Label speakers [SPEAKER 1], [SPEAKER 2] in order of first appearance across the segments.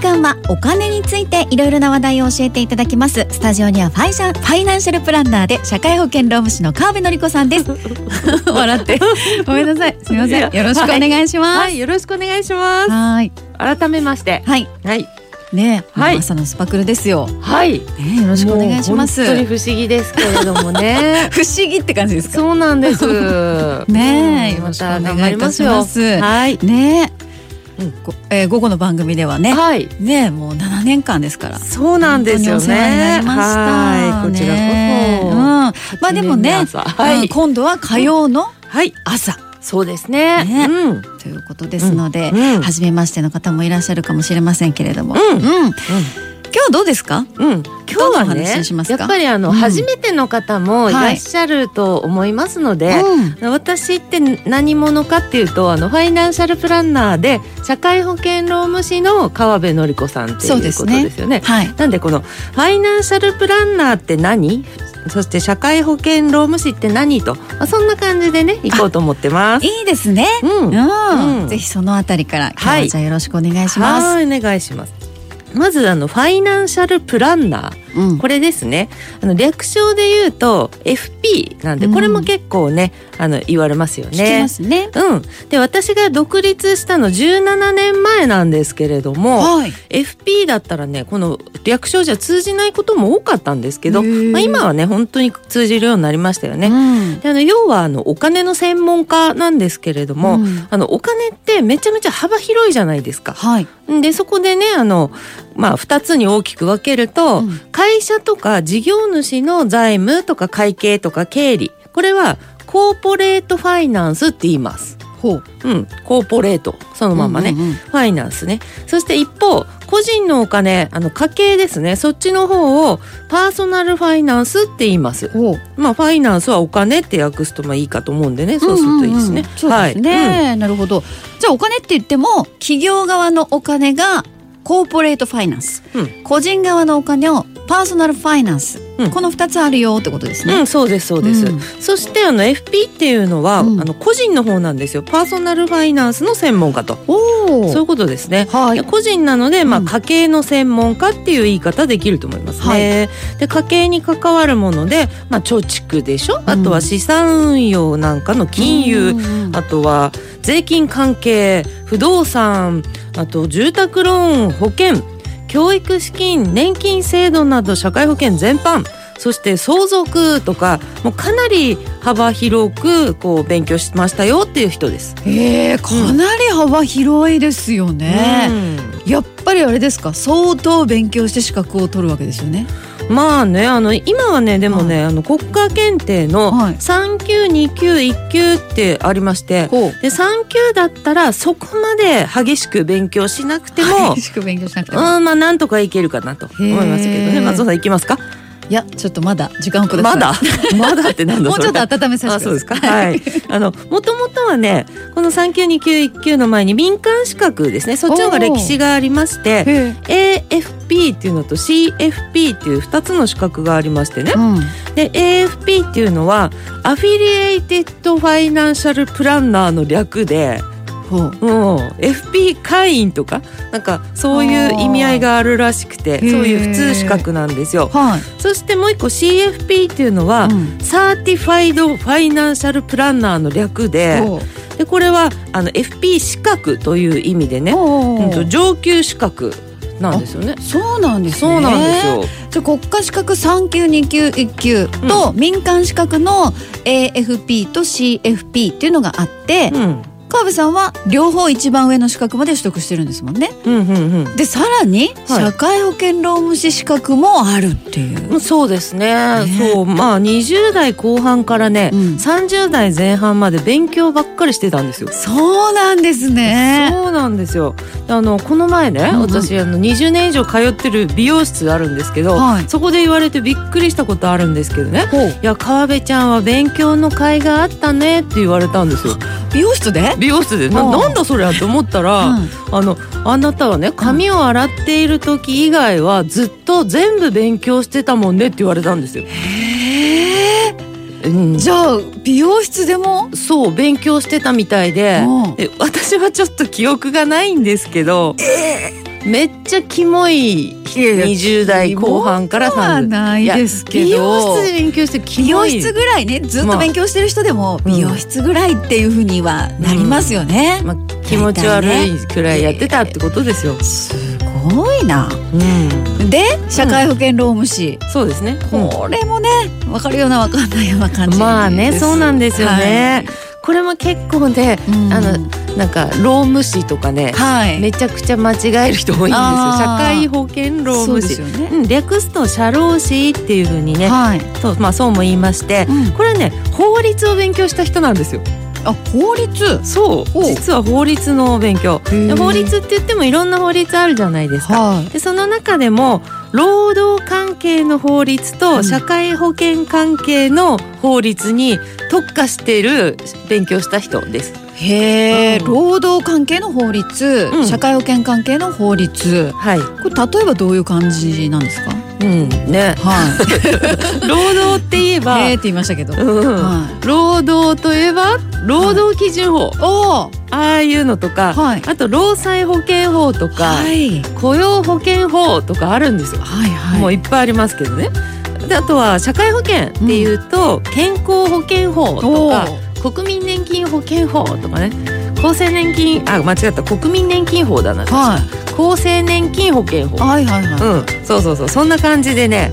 [SPEAKER 1] 間はお金についていろいろな話題を教えていただきますスタジオにはファイシャファイナンシャルプランナーで社会保険労務士の川辺典子さん です笑ってごめんなさいすみません
[SPEAKER 2] い
[SPEAKER 1] よ
[SPEAKER 2] や
[SPEAKER 1] ろしくお願いしま
[SPEAKER 2] は
[SPEAKER 1] す
[SPEAKER 2] い、よろしくお願いします。
[SPEAKER 1] はい
[SPEAKER 2] 改めまして、
[SPEAKER 1] はい
[SPEAKER 2] はい、
[SPEAKER 1] ねえ、
[SPEAKER 2] はい
[SPEAKER 1] 朝のスパクルですよ、
[SPEAKER 2] はい、よ
[SPEAKER 1] ねえ、よろしくお願いします
[SPEAKER 2] 本当に不思議ですけれどもね。
[SPEAKER 1] 不思議って感じですか
[SPEAKER 2] そうなんで す。
[SPEAKER 1] ねえ、
[SPEAKER 2] うん
[SPEAKER 1] よろ
[SPEAKER 2] ま
[SPEAKER 1] しくお
[SPEAKER 2] た頑張
[SPEAKER 1] 願い
[SPEAKER 2] り
[SPEAKER 1] いた
[SPEAKER 2] ま
[SPEAKER 1] し
[SPEAKER 2] すよ
[SPEAKER 1] ま。す
[SPEAKER 2] はい、
[SPEAKER 1] ねえ、
[SPEAKER 2] うん
[SPEAKER 1] ごえー午後の番組ではね
[SPEAKER 2] はい、
[SPEAKER 1] ねえもう7年間ですから
[SPEAKER 2] そうなんですよ
[SPEAKER 1] 本
[SPEAKER 2] ね。
[SPEAKER 1] 当にお世話になりました
[SPEAKER 2] はい、こちらこ
[SPEAKER 1] ねえ
[SPEAKER 2] そ。
[SPEAKER 1] うんまあでもね
[SPEAKER 2] 記念日の朝は
[SPEAKER 1] うん
[SPEAKER 2] い、
[SPEAKER 1] 今度は火曜の
[SPEAKER 2] はい、
[SPEAKER 1] 朝
[SPEAKER 2] そうですね。
[SPEAKER 1] ね
[SPEAKER 2] うん、うん、
[SPEAKER 1] ということですので、
[SPEAKER 2] うん
[SPEAKER 1] 初めましての方もいらっしゃるかもしれませんけれども、
[SPEAKER 2] うん
[SPEAKER 1] 今日はどうですか
[SPEAKER 2] うん、今日
[SPEAKER 1] どんなお
[SPEAKER 2] は
[SPEAKER 1] 話
[SPEAKER 2] ね
[SPEAKER 1] をします、か
[SPEAKER 2] やっぱりあの、
[SPEAKER 1] うん
[SPEAKER 2] 初めての方もいらっしゃると思いますので。
[SPEAKER 1] うん
[SPEAKER 2] 私って何者かっていうとあのファイナンシャルプランナーで社会保険労務士の川辺典子さんっていう
[SPEAKER 1] そう
[SPEAKER 2] こと
[SPEAKER 1] で
[SPEAKER 2] ですす
[SPEAKER 1] ね
[SPEAKER 2] よね。
[SPEAKER 1] はい
[SPEAKER 2] なんでこのファイナンシャルプランナーって何そして社会保険労務士って何と、まあ、そんな感じでね行こうと思ってます。
[SPEAKER 1] いいですね
[SPEAKER 2] うん、
[SPEAKER 1] う
[SPEAKER 2] は
[SPEAKER 1] ん、
[SPEAKER 2] うん
[SPEAKER 1] ぜひそのあたりから今日は
[SPEAKER 2] はい
[SPEAKER 1] じゃあよろしくお願いします、
[SPEAKER 2] ーいお願いします。まずあのファイナンシャルプランナー
[SPEAKER 1] うん
[SPEAKER 2] これですねあの略称で言うと FP なんでこれも結構ね、あの言われますよね。
[SPEAKER 1] 聞きますね
[SPEAKER 2] うん、で私が独立したの17年前なんですけれども
[SPEAKER 1] はい
[SPEAKER 2] FP だったらねこの略称じゃ通じないことも多かったんですけど、
[SPEAKER 1] へー
[SPEAKER 2] まあ、今はね本当に通じるようになりましたよね。
[SPEAKER 1] うん
[SPEAKER 2] であの要はあのお金の専門家なんですけれども、
[SPEAKER 1] うん
[SPEAKER 2] あのお金ってめちゃめちゃ幅広いじゃないですか。
[SPEAKER 1] はい
[SPEAKER 2] でそこでねあの、まあ、2つに大きく分けると、
[SPEAKER 1] うん
[SPEAKER 2] 会社とか事業主の財務とか会計とか経理これはコーポレートファイナンスって言います。
[SPEAKER 1] ほう
[SPEAKER 2] うん、コーポレートそのまんまね、
[SPEAKER 1] うんうんうん
[SPEAKER 2] ファイナンスねそして一方個人のお金あの家計ですねそっちの方をパーソナルファイナンスって言います
[SPEAKER 1] ほう
[SPEAKER 2] まあファイナンスはお金って訳すとまあいいかと思うんでねそうするといいですね、
[SPEAKER 1] うんうんうんそうですね、
[SPEAKER 2] はい、
[SPEAKER 1] なるほど。じゃあお金って言っても企業側のお金がコーポレートファイナンス、
[SPEAKER 2] うん
[SPEAKER 1] 個人側のお金をパーソナルファイナンス、
[SPEAKER 2] うん
[SPEAKER 1] この二つあるよってことです
[SPEAKER 2] うんう
[SPEAKER 1] ね。
[SPEAKER 2] ん、そうですそうです、
[SPEAKER 1] うん
[SPEAKER 2] そしてあの FP っていうのは、
[SPEAKER 1] うん
[SPEAKER 2] あの個人の方なんですよパーソナルファイナンスの専門家と
[SPEAKER 1] お
[SPEAKER 2] そういうことですね
[SPEAKER 1] はい
[SPEAKER 2] で。個人なので、まあ、
[SPEAKER 1] うん
[SPEAKER 2] 家計の専門家っていう言い方できると思います
[SPEAKER 1] は
[SPEAKER 2] ね。で家計に関わるもので、まあ、貯蓄でしょあとは資産運用なんかの金融、
[SPEAKER 1] うんうんうん
[SPEAKER 2] あとは税金関係不動産あと住宅ローン保険教育資金年金制度など社会保険全般そして相続とかもうかなり幅広くこう勉強しましたよっていう人です。
[SPEAKER 1] えー、かなり幅広いですよね、
[SPEAKER 2] うん
[SPEAKER 1] やっぱりあれですか相当勉強して資格を取るわけですよね
[SPEAKER 2] まあねあの今はねでもね、あの国家検定の
[SPEAKER 1] はい
[SPEAKER 2] 3級2級1級ってありまして
[SPEAKER 1] こう
[SPEAKER 2] で3級だったらそこまで激しく勉強しなくても
[SPEAKER 1] 激。しく勉強しなくても、
[SPEAKER 2] うんまあなんとかいけるかなと思いますけど
[SPEAKER 1] へー
[SPEAKER 2] ね松尾さんいきますか
[SPEAKER 1] いやちょっとまだ時間をくださ
[SPEAKER 2] ま
[SPEAKER 1] い
[SPEAKER 2] だまだってなんだ
[SPEAKER 1] もうちょっと
[SPEAKER 2] それ
[SPEAKER 1] 温めさせてください
[SPEAKER 2] あそうですかは いあのもともとはねこの3級2級1級の前に民間資格ですねそっちの方が歴史がありまして
[SPEAKER 1] へえ
[SPEAKER 2] AFP っていうのと CFP っていう2つの資格がありましてね
[SPEAKER 1] うん
[SPEAKER 2] で AFP っていうのはアフィリエイテッドファイナンシャルプランナーの略で
[SPEAKER 1] ほう
[SPEAKER 2] もう FP 会員とかなんかそういう意味合いがあるらしくて
[SPEAKER 1] ー
[SPEAKER 2] そういう普通資格なんですよ。
[SPEAKER 1] はい、
[SPEAKER 2] そしてもう一個 CFP っていうのは、
[SPEAKER 1] うん
[SPEAKER 2] サーティファイドファイナンシャルプランナーの略で
[SPEAKER 1] ほう
[SPEAKER 2] でこれはあの FP 資格という意味でね、
[SPEAKER 1] ほう
[SPEAKER 2] うんと、上級資格なんですよね。
[SPEAKER 1] そうなんですね。
[SPEAKER 2] そうなんです。よ。
[SPEAKER 1] じゃあ国家資格3級2級1級と、民間資格の AFP と CFP っていうのがあって、
[SPEAKER 2] うん、
[SPEAKER 1] 川辺さんは両方一番上の資格まで取得してるんですもんね。
[SPEAKER 2] うん、うん、うん。
[SPEAKER 1] でさらに
[SPEAKER 2] はい
[SPEAKER 1] 社会保険労務士資格もあるっていう。
[SPEAKER 2] そうですね
[SPEAKER 1] ね
[SPEAKER 2] そうまあ20代後半からね、
[SPEAKER 1] うん
[SPEAKER 2] 30代前半まで勉強ばっかりしてたんですよ。
[SPEAKER 1] そうなんですね。
[SPEAKER 2] そうなんですよあのこの前ね、
[SPEAKER 1] うんうん
[SPEAKER 2] 私あの20年以上通ってる美容室があるんですけど、
[SPEAKER 1] はい
[SPEAKER 2] そこで言われてびっくりしたことあるんですけどね
[SPEAKER 1] ほう
[SPEAKER 2] 「いや川辺ちゃんは勉強の甲斐があったね」って言われた んですよ
[SPEAKER 1] 美容室で、
[SPEAKER 2] 美容室でな
[SPEAKER 1] うん
[SPEAKER 2] なんだそりゃと思った
[SPEAKER 1] う
[SPEAKER 2] ら、
[SPEAKER 1] ん
[SPEAKER 2] あのあなたはね髪を洗っている時以外はずっと全部勉強してたもんねって言われたんですよ。
[SPEAKER 1] へえ
[SPEAKER 2] うん
[SPEAKER 1] じゃあ美容室でも、
[SPEAKER 2] そう勉強してたみたいで
[SPEAKER 1] うん
[SPEAKER 2] え私はちょっと記憶がないんですけどめっちゃキモい
[SPEAKER 1] いやいや
[SPEAKER 2] 20代後半から
[SPEAKER 1] そうは
[SPEAKER 2] 30
[SPEAKER 1] ないですけ
[SPEAKER 2] 美容
[SPEAKER 1] ど
[SPEAKER 2] 室で勉強してキ
[SPEAKER 1] 美
[SPEAKER 2] モ
[SPEAKER 1] 容
[SPEAKER 2] い
[SPEAKER 1] 室ぐらいねずっ
[SPEAKER 2] ま
[SPEAKER 1] と
[SPEAKER 2] あ
[SPEAKER 1] 勉強してる人でも
[SPEAKER 2] うん
[SPEAKER 1] 美容室ぐらいっていうふうにはなりますよね、
[SPEAKER 2] まあ、気持ち悪いくらいやってたってことですよ。
[SPEAKER 1] すごいな
[SPEAKER 2] うん、
[SPEAKER 1] で社会保険労務士、
[SPEAKER 2] そうですね。
[SPEAKER 1] これもね分かるような分かんないような感じです
[SPEAKER 2] まあね、そうなんですよね。これも結構ね、
[SPEAKER 1] はいうん
[SPEAKER 2] あのなんか労務士とかね、
[SPEAKER 1] はい
[SPEAKER 2] めちゃくちゃ間違える人多いんですよ。社
[SPEAKER 1] あー
[SPEAKER 2] 会保険労
[SPEAKER 1] そう
[SPEAKER 2] 務
[SPEAKER 1] です
[SPEAKER 2] 士。
[SPEAKER 1] よね、
[SPEAKER 2] うん、略すと社労士っていうふうにね、
[SPEAKER 1] はい、
[SPEAKER 2] そうまあそうも言いまして、
[SPEAKER 1] うん
[SPEAKER 2] これね法律を勉強した人なんですよ。
[SPEAKER 1] あ法律
[SPEAKER 2] そう
[SPEAKER 1] お
[SPEAKER 2] 実は法律の勉強で法律って言ってもいろんな法律あるじゃないですか。
[SPEAKER 1] はい
[SPEAKER 2] でその中でも労働関係の法律
[SPEAKER 1] う
[SPEAKER 2] と
[SPEAKER 1] ん
[SPEAKER 2] 社会保険関係の法律に特化している勉強した人です。
[SPEAKER 1] へえ、
[SPEAKER 2] うん
[SPEAKER 1] 労働関係の法律、
[SPEAKER 2] うん
[SPEAKER 1] 社会保険関係の法律
[SPEAKER 2] はい。
[SPEAKER 1] これ例えばどういう感じなんです か。
[SPEAKER 2] うんね
[SPEAKER 1] はい
[SPEAKER 2] 労働って言えば、
[SPEAKER 1] えーって言いましたけど、
[SPEAKER 2] うん、
[SPEAKER 1] はい
[SPEAKER 2] 労働といえば労働基準法、
[SPEAKER 1] おー
[SPEAKER 2] ああいうのとか、
[SPEAKER 1] はい
[SPEAKER 2] あと労災保険法とか、
[SPEAKER 1] い
[SPEAKER 2] 雇用保険法とかあるんですよ。
[SPEAKER 1] はいはい
[SPEAKER 2] もういっぱいありますけどね。であとは社会保険っていうと、健康保険法と
[SPEAKER 1] お
[SPEAKER 2] か
[SPEAKER 1] ー
[SPEAKER 2] 国民年金保険法とかね厚生年金あ間違った国民年金法だな、
[SPEAKER 1] はい
[SPEAKER 2] 厚生年金保険法
[SPEAKER 1] はいはいはい、
[SPEAKER 2] うんそうそうそうそんな感じでね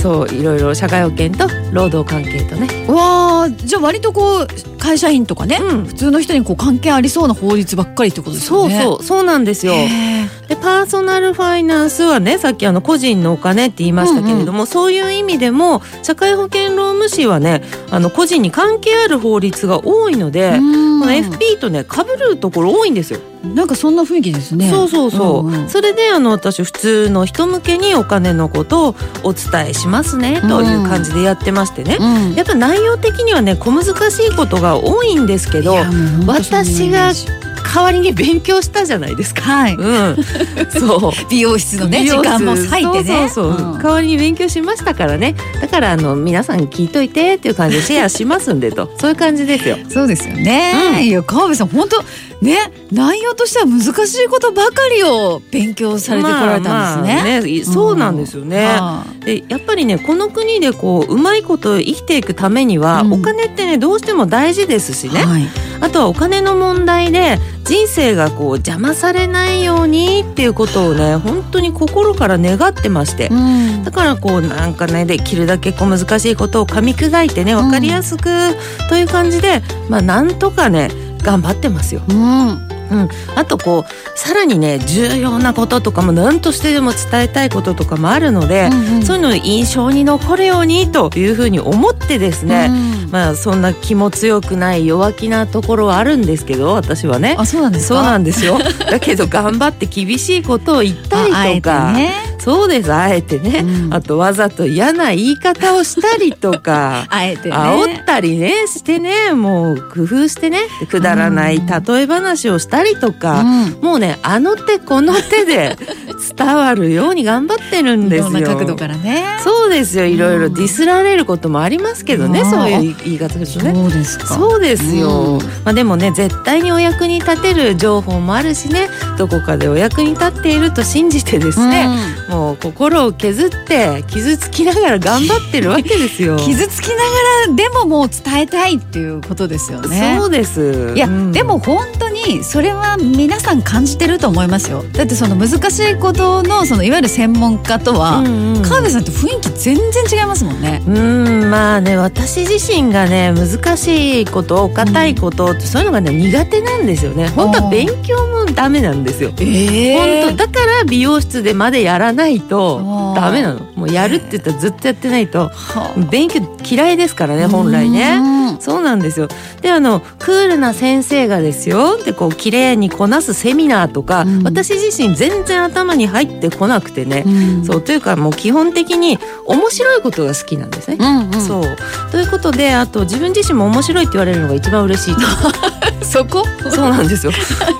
[SPEAKER 2] そういろいろ社会保険と労働関係とね、
[SPEAKER 1] わあじゃあ割とこう会社員とかね、普通の人にこう関係ありそうな法律ばっかりってことです
[SPEAKER 2] そ
[SPEAKER 1] よ
[SPEAKER 2] う
[SPEAKER 1] ね。
[SPEAKER 2] そうそうなんですよ
[SPEAKER 1] へー
[SPEAKER 2] でパーソナルファイナンスはねさっきあの個人のお金って言いましたけれども、そういう意味でも社会保険労務士はねあの個人に関係ある法律が多いので、
[SPEAKER 1] うん
[SPEAKER 2] この FP とね被るところ多いんですよ。
[SPEAKER 1] なんかそんな雰囲気ですね。
[SPEAKER 2] そうそうそう、
[SPEAKER 1] んん
[SPEAKER 2] それであの私普通の人向けにお金のことをお伝えしますねという感じでやってましてね、
[SPEAKER 1] うん
[SPEAKER 2] やっぱ内容的にはね小難しいことが多いんですけど
[SPEAKER 1] いやもう本当そんな
[SPEAKER 2] 私
[SPEAKER 1] イメ
[SPEAKER 2] が
[SPEAKER 1] ージ
[SPEAKER 2] 代わりに勉強したじゃないですか。
[SPEAKER 1] はい、
[SPEAKER 2] うん、 そう
[SPEAKER 1] 美容室のね
[SPEAKER 2] 美
[SPEAKER 1] 時
[SPEAKER 2] 容室
[SPEAKER 1] 間も割いてね。
[SPEAKER 2] そうそうそう、
[SPEAKER 1] ん
[SPEAKER 2] 代わりに勉強しましたからねだからあの皆さん聞いといてっていう感 じでシェアしますんでとそういう感じですよ。
[SPEAKER 1] そうですよね。
[SPEAKER 2] うん
[SPEAKER 1] いや川辺さん本当ね内容としては難しいことばかりを勉強されてこられたんですね。
[SPEAKER 2] まあまあねそうなんですよね。
[SPEAKER 1] はい
[SPEAKER 2] でやっぱりねこの国でこううまいこと生きていくためには、
[SPEAKER 1] うん
[SPEAKER 2] お金ってねどうしても大事ですしね、
[SPEAKER 1] はい
[SPEAKER 2] あとはお金の問題で人生がこう邪魔されないようにっていうことをね本当に心から願ってまして。
[SPEAKER 1] うん
[SPEAKER 2] だからこうなんかねできるだけこう難しいことを噛み砕いてね分かりやすくという感じで、まあなんとかね頑張ってますよ。
[SPEAKER 1] うん
[SPEAKER 2] あとこうさらにね重要なこととかも何としてでも伝えたいこととかもあるので、
[SPEAKER 1] うん
[SPEAKER 2] そういうのを印象に残るようにというふうに思ってですね、
[SPEAKER 1] うん
[SPEAKER 2] まあそんな気も強くない弱気なところはあるんですけど私はね。
[SPEAKER 1] あそうなんですか。
[SPEAKER 2] そうなんですよだけど頑張って厳しいことを言った
[SPEAKER 1] ああ
[SPEAKER 2] り
[SPEAKER 1] え
[SPEAKER 2] と
[SPEAKER 1] て
[SPEAKER 2] か、
[SPEAKER 1] ね。
[SPEAKER 2] そうですあえてね、
[SPEAKER 1] うん
[SPEAKER 2] あとわざと嫌な言い方をしたりとか
[SPEAKER 1] あえて ね。
[SPEAKER 2] 煽ったりねしてねもう工夫してねくだらない例え話をしたりとか、
[SPEAKER 1] うん
[SPEAKER 2] もうねあの手この手で伝わるように頑張ってるん
[SPEAKER 1] い
[SPEAKER 2] です
[SPEAKER 1] ろ
[SPEAKER 2] よ。
[SPEAKER 1] んな角度からね。
[SPEAKER 2] そうですよいろいろ
[SPEAKER 1] うん
[SPEAKER 2] ディスられることもありますけどね、
[SPEAKER 1] うん
[SPEAKER 2] そういう言い方でするとね。
[SPEAKER 1] そうですか。
[SPEAKER 2] そうですよ、
[SPEAKER 1] うん
[SPEAKER 2] まあ、でもね絶対にお役に立てる情報もあるしねどこかでお役に立っていると信じてですね、もう心を削って傷つきながら頑張ってるわけです よ。
[SPEAKER 1] うん傷つきながらでももう伝えたいっていうことですよね。
[SPEAKER 2] そうです。
[SPEAKER 1] いや、
[SPEAKER 2] うん
[SPEAKER 1] でも本当にそれは皆さん感じてると思いますよ。だってその難しいことのそのいわゆる専門家とは、
[SPEAKER 2] うんうん
[SPEAKER 1] 川辺さんって雰囲気全然違いますもんね。
[SPEAKER 2] うんまあね私自身がね難しいことお堅いこと、そういうのがね苦手なんですよね本当は勉強もダメなんですよ
[SPEAKER 1] え
[SPEAKER 2] 本当だから美容室でまでやらないと
[SPEAKER 1] あー
[SPEAKER 2] ダメなのもうやるって言ったらずっとやってないと
[SPEAKER 1] 当
[SPEAKER 2] 勉強嫌いですからね本来ね。そうなんですよ。であのクールな先生がですよってこう綺麗にこなすセミナーとか、
[SPEAKER 1] うん
[SPEAKER 2] 私自身全然頭に入ってこなくてね、
[SPEAKER 1] ん
[SPEAKER 2] そうというかもう基本的に面白いことが好きなんですね。
[SPEAKER 1] うんうん
[SPEAKER 2] そうということであと自分自身も面白いって言われるのが一番嬉しい と
[SPEAKER 1] そこ
[SPEAKER 2] そうなんですよ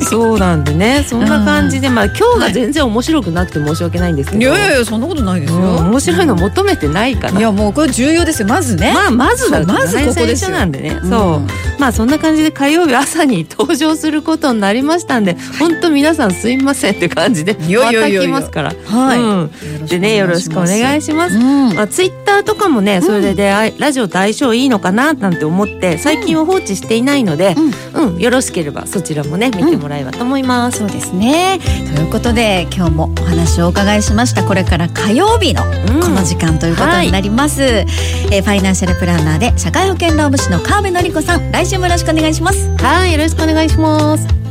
[SPEAKER 2] そうなんでねそんな感じで、まあ今日が全然面白くなくて申し訳ないんですけ
[SPEAKER 1] い
[SPEAKER 2] ど、
[SPEAKER 1] やいやいやそんなことないです
[SPEAKER 2] う
[SPEAKER 1] よ。
[SPEAKER 2] ん面白いの求めてないから
[SPEAKER 1] いやもうこれ重要ですよまずね。
[SPEAKER 2] まあまずだ
[SPEAKER 1] そうまずここですよ
[SPEAKER 2] 最初なんでね、そうまあそんな感じで火曜日朝に登場することになりましたんで本当皆さんすいませんって感じで
[SPEAKER 1] いや
[SPEAKER 2] ま
[SPEAKER 1] いや
[SPEAKER 2] た
[SPEAKER 1] いやいや
[SPEAKER 2] 来ますから。
[SPEAKER 1] はい、
[SPEAKER 2] うんでねよろしくお願いします。
[SPEAKER 1] うん
[SPEAKER 2] まあ、ツイッターとかもねそれで、あいラジオと相性いいのかななんて思って最近は放置していないので、うんよろしければそちらもね見てもらえばと思います。
[SPEAKER 1] そうですねということで今日もお話をお伺いしましたこれから火曜日の
[SPEAKER 2] うん
[SPEAKER 1] この時間ということになります、えーファイナンシャルプランナーで社会保険労務士の川辺典子さん来週もよろしくお願いします
[SPEAKER 2] はいよろしくお願いします。